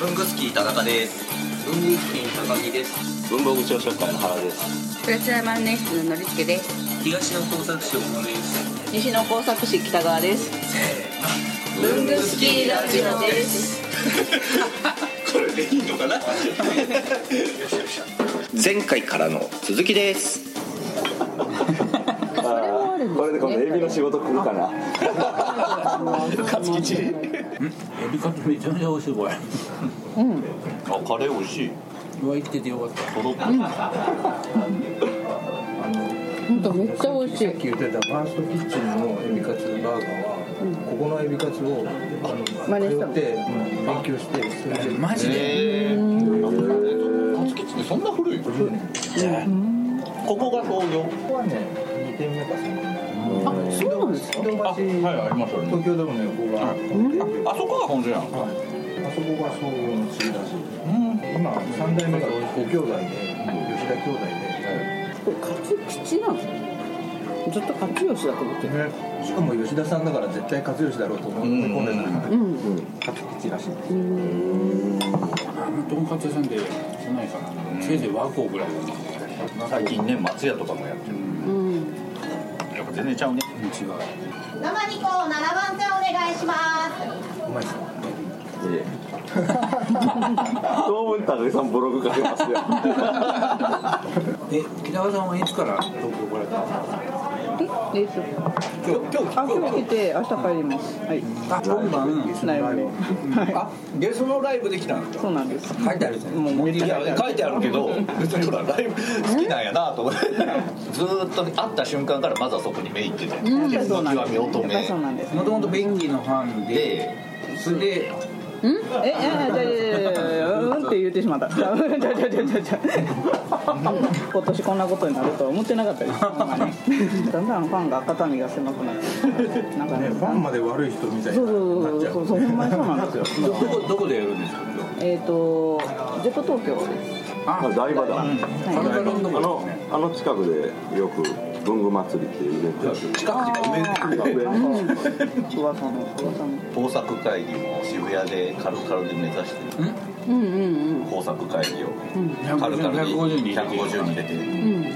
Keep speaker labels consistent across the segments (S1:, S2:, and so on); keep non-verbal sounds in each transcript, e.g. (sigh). S1: 文具スキー田中です文具スキー高木です
S2: 文房具朝食会の原です。
S3: プラチナ万年筆ののりつけです。
S1: 東の工作所のです
S4: 西野工作士北川です。
S3: 文具スキーラジオです。
S2: これでいいのかな。前回からの続きです。これで今度エビの仕事来るかな。
S5: 呼び方めちゃめちゃ美味しいこ
S2: あ、
S5: れ
S2: カレー美味しい。
S5: うわ生きててよかった
S2: とろっ
S4: 本当めっちゃ美味しい。
S6: 言ってたファーストキッチンのエビカツバーガーは、ここのエビカツをあ
S4: 真
S6: の
S4: 似した
S6: 通っ
S4: の
S6: て、うん勉強してそれで
S5: マジで
S2: ええー。カツキッチンってそんな古い。ここが創業。
S6: ここはね2店目か3
S4: そうなんですか。
S6: 店目
S2: あ、はい、ありますよね。
S6: 東京ドームの横が、
S2: あそこが本当やん。
S6: あそこが創業の地だしい、今3代目が5兄弟で、吉田兄弟で、
S4: カツ吉なの。ずっとカツ吉だと思ってる。
S6: しかも吉田さんだから絶対勝吉だろうと思って込んでたから、
S4: うん。
S6: 勝吉らしいです
S5: あんまとんかつ屋さんで少ないからせいぜい和光ぐらいだね
S2: 最近ね、松屋とかもやってる。
S4: うん。
S2: やっぱ全然ちゃうね。
S5: 違う
S7: 生2個7番手お願いします
S6: うまいっすね
S2: 当分高木さんブログ書けますよ。
S5: え北川さんはいつから東京来られたの
S4: え、です。
S2: 今日
S4: あ、今日来て明日帰ります。はい。
S5: あ今晩
S4: ないわね。は
S2: ゲスのライブできたん
S4: い。そうなんです。
S5: 書いてあるじゃん
S4: もうもう
S2: いや書いてあるけど別にほらライブ好きなんやなと思ってずーっと会った瞬間からまずはそこに目いってて「
S4: うん、
S2: 鉄
S4: そう
S2: の
S4: なんで
S2: 極
S4: す。
S2: み乙
S4: やっぱりそう
S2: 女
S4: なんです。
S5: もともと便宜のファン」で
S2: で
S5: それで
S4: うん？え、え、え、え、うんって言ってしまった。じゃ、じゃ、じゃ、じゃ、じゃ、じゃ。今年こんなことになるとは思ってなかったです。ほんまねだんだんファンが肩身が狭くなって。なんか
S6: ね
S4: ね
S6: フ。ァンまで悪い人みたいに
S4: そうそう
S6: なっちゃ
S4: そううそう、ほんまにそうなんですよ。
S5: どこどこでやるんですか今日
S4: えっ、と、ジェット東京です。
S5: あ
S8: 台場だ、
S5: カルカロンと
S8: あ
S5: かです
S8: の
S5: ね
S8: あの近くでよく文具祭りっていうイベントやってる
S2: 近くに
S8: 上上
S4: 噂の、噂の。
S2: 工作会議も渋谷でカルカルで目指してる
S4: うんうん
S2: 工作会議をカルカルで
S5: 150人
S2: 150人出て
S4: うん。うん。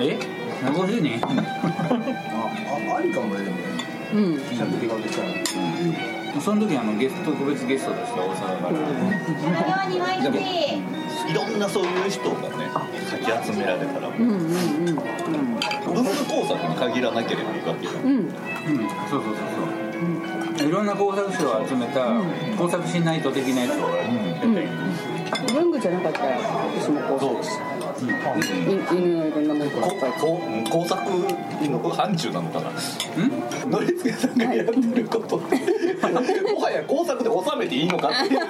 S5: え150人
S6: あありかもねでもね
S4: うん。
S6: シャンプーが出ちゃう
S5: その時あのゲスト特別ゲストとして大阪から
S7: それでは2枚ずつ
S2: いろんなそういう人がねかき集められたら
S4: うんうんうん。うん。
S2: 文具工作に限らなければいいわけじゃん
S4: うん。
S5: うんそうそうそうそういろんな工作者を集めた工作しないと的なやつを
S4: 文具じゃなかったら、私もこう。
S2: そうです
S4: い犬のいろんな文句がいっぱい。
S2: ここ工作の範疇なのかなのりつけさんがやってることってもはや工作で収めていいのかっていう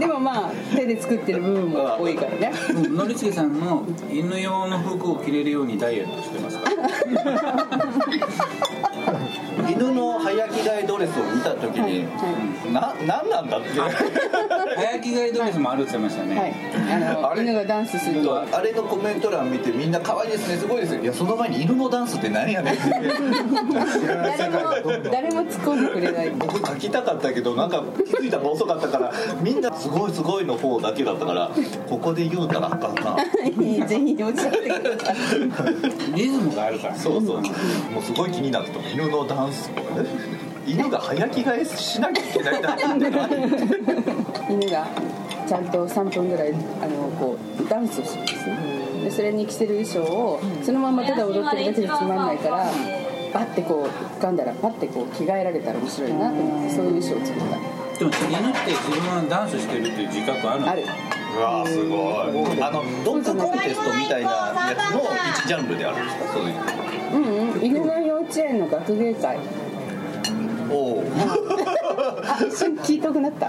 S4: でもまあ、手で作ってる部分も多いからね。
S5: うんのりつけさんの犬用の服を着れるようにダイエットしてます
S4: (laughs)
S5: から
S2: 犬の早着替えドレスを見た時に、ななんなんだって
S5: 早着替えドレスもあるって言ってましたね、
S4: はい。あ
S2: あ
S4: の、
S2: れ
S4: 犬がダンスするのは。
S2: あれのコメント欄見てみんな可愛いですねすごいですねいやその前に犬のダンスって何やねんって
S4: (laughs) 誰も、誰も突っ込んでくれ (laughs) ない。
S2: 僕書きたかったけどなんか気づいたの遅かったからみんなすごいすごいの方だけだったからここで言うたらあかんな
S4: ぜひ、おっしゃってください。
S5: リズムがあるから
S2: そうそうもうすごい気になってたもん犬のダンスとかね犬が早着替えしなきゃいけないダンスって何
S4: 犬がちゃんと3分ぐらいあのこうダンスをするんですねでそれに着せる衣装をそのままただ踊ってるだけじゃつまんないからバッてこう浮かんだらバッてこう着替えられたら面白いなと思ってそういう衣装を作っ
S5: でも犬って自分はダンスしてるっていう自覚あるの
S4: たある
S2: うわーすごいあのドッグコンテストみたいなやつの一ジャンルであるんですかそういう
S4: うんうん犬の幼稚園の学芸会
S2: おお
S4: あ一瞬聞いとくな (laughs) った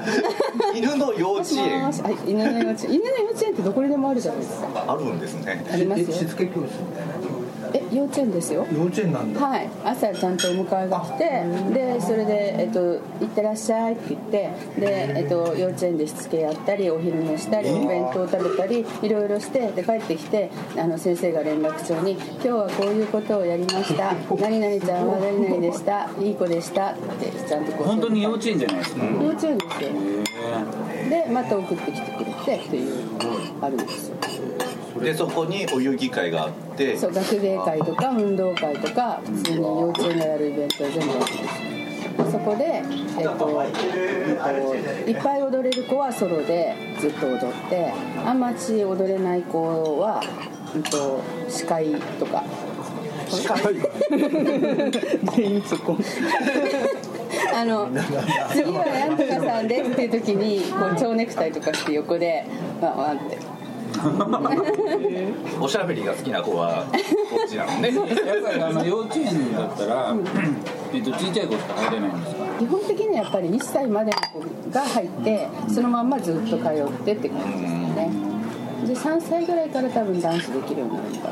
S2: 犬の幼
S4: も
S2: 稚
S4: しも
S2: 園
S4: しはい犬の幼稚園犬の幼稚園ってどこにでもあるじゃないですか
S2: あるんですね
S4: あります
S6: し
S4: よ
S6: つけ教室みたいな
S4: え幼稚園ですよ
S6: 幼稚園なんだ
S4: はい、朝ちゃんとお迎えが来てでそれで、えっと「行ってらっしゃい」って言ってで、えっと、幼稚園でしつけやったりお昼寝したりお弁当食べたりいろいろしてで帰ってきてあの先生が連絡帳に「今日はこういうことをやり
S6: (laughs)
S4: ました」「何々ちゃんは何々でした」「いい子でした」ってちゃんとこう
S5: 本当に幼稚園じゃないですか、
S4: 幼稚園ですよ
S5: へ
S4: でまた送ってきてくれてっていうのがあるんですよ
S2: でそこにお遊戯会があって
S4: そう学芸会とか運動会とか普通に幼稚園がやるイベントを全部やってますそこで、えっとえっといっぱい踊れる子はソロでずっと踊ってあんまち踊れない子は、えっと、司会とか
S2: 司会
S4: (laughs) 全員そこ (laughs) あの次はなんとかさんですっていう時にこう蝶ネクタイとかして横でわンわンって
S2: おしゃべりが好きな子はこっちなのね
S5: やっぱりあの幼稚園だったら、えっと、ちっちゃい子しか入れないんですか
S4: 基本的にはやっぱり1歳までの子が入ってそのまんまずっと通ってって感じですよねで3歳ぐらいから多分ダンスできるようになるのか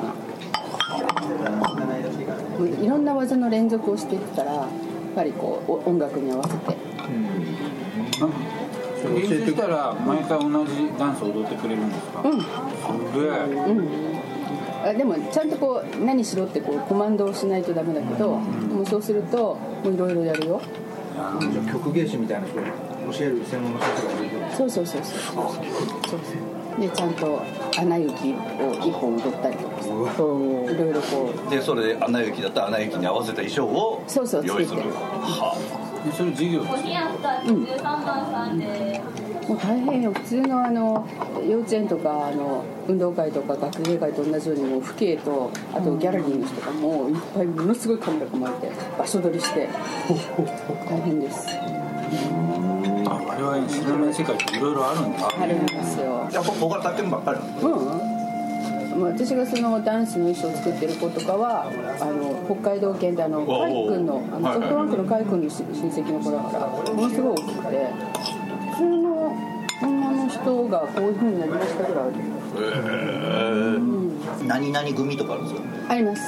S4: なもういろんな技の連続をしていくからやっぱりこうお音楽に合わせて
S5: 練習したら毎回同じダンス踊ってくれるんですか、
S4: うん
S5: すげえ
S4: あでもちゃんとこう何しろってこうコマンドをしないとダメだけどもうそうするともういろいろやるよ
S6: じゃあ曲芸師みたいな人教える専門の人がいるってこと
S4: そうそうそうそうそうそうでちゃんと「アナ雪」を一本踊ったりとかさいろいろこう
S2: でそれで「アナ雪」だったら「アナ雪」に合わせた衣装を
S4: そうそう
S2: 用意する
S4: 作って
S2: は
S5: でそれ授業
S3: お部屋2つ13番さんで
S4: もう大変よ普通のあの幼稚園とかあの運動会とか学芸会と同じようにもう父兄とあとギャラリーの人とかもいっぱいものすごいカメラ構えて場所取りして大変です
S5: あ我々知らない世界っていろいろあるんだ
S4: あるんですよ
S2: あやっぱここから立ってるばっかりなの
S4: うん、まあ、私がそのダンスの衣装を作ってる子とかはあの北海道県であの
S2: お
S4: カイ君のあの
S2: はいはいはい
S4: ソフトバンクのカイ君のし親戚の子だからものすごい大きくて普通の女の人がこういうふうになりましたぐらい
S2: 何々組とかあるんですよ
S4: あります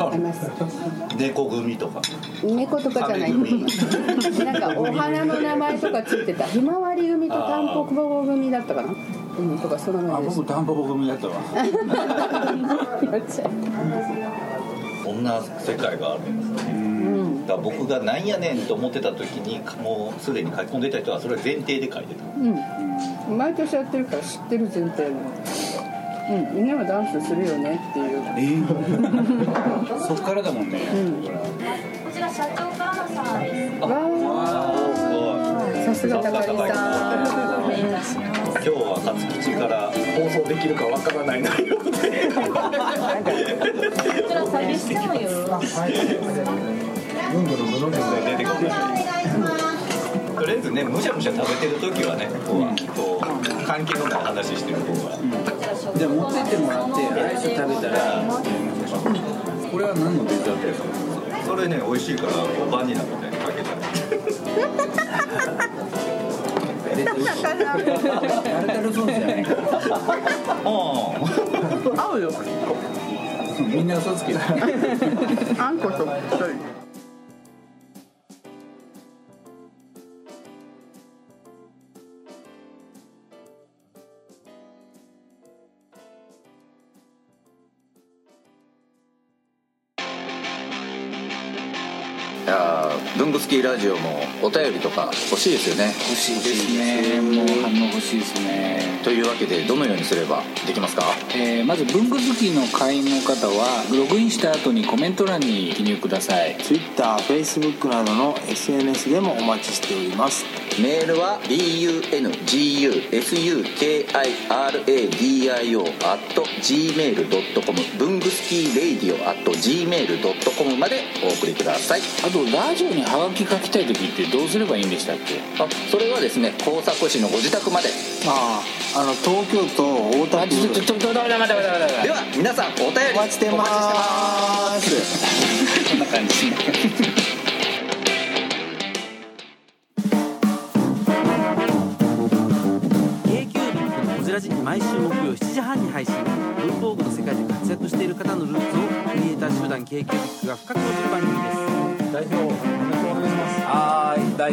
S4: あります
S2: 猫組とか
S4: 猫とかじゃない
S2: 亀
S4: なんかお花の名前とかついてたひまわり組とタンポポ組だったかなうんとかその名
S5: あ
S4: 前です
S5: 僕タンポポ組だったわ
S4: やっちゃ (laughs) え
S2: こんな世界があるんですねだから僕がなんやねんと思ってた時にもうすでに書き込んでた人はそれは前提で書いてた
S4: うん、毎年やってるから知ってる前提の、うん、みんながダンスするよねっていう
S5: えーそっからだもんね、
S3: こちら社長からのさんです
S4: わーさすが高木さん
S2: 今日は勝吉から放送できるかわからない内容で
S3: こちら下げしちゃうよ
S6: 文具の無農業で
S2: 出てこ
S7: お
S2: ない
S7: 願いします。
S2: とりあえずねむしゃむしゃ食べてる時はねこうはこう関係のない話してる方が
S5: じゃあ持ってってもらってアイス食べたらこれは何のデザートですか
S2: それね美味しいからこうバニラみたいにかけたら
S5: タルタルソースじゃないか
S2: う
S4: 合うよ
S5: みんな嘘つけ
S4: あんこと
S9: いやー文具スキーラジオもお便りとか欲しいですよね
S5: 欲しいですねもう反応欲しいですね
S9: というわけでどのようにすればできますか
S5: えーまず文具好きの会員の方はログインした後にコメント欄に記入ください
S10: TwitterFacebook などの SNS でもお待ちしております
S9: メールは bungusukiradio.gmail.com 文具スキーレイディオ .gmail.com までお送りください
S5: あとラジオにハガキ書きたい時ってどうすればいいんでしたっけ
S9: あそれはですね工作士のご自宅まで
S10: あああの東京都大田区
S5: ちょちょちょちょ待って待って待って待って
S9: では皆さんお便り
S10: お待ちしてまーす
S5: こんな感じ
S11: はーい代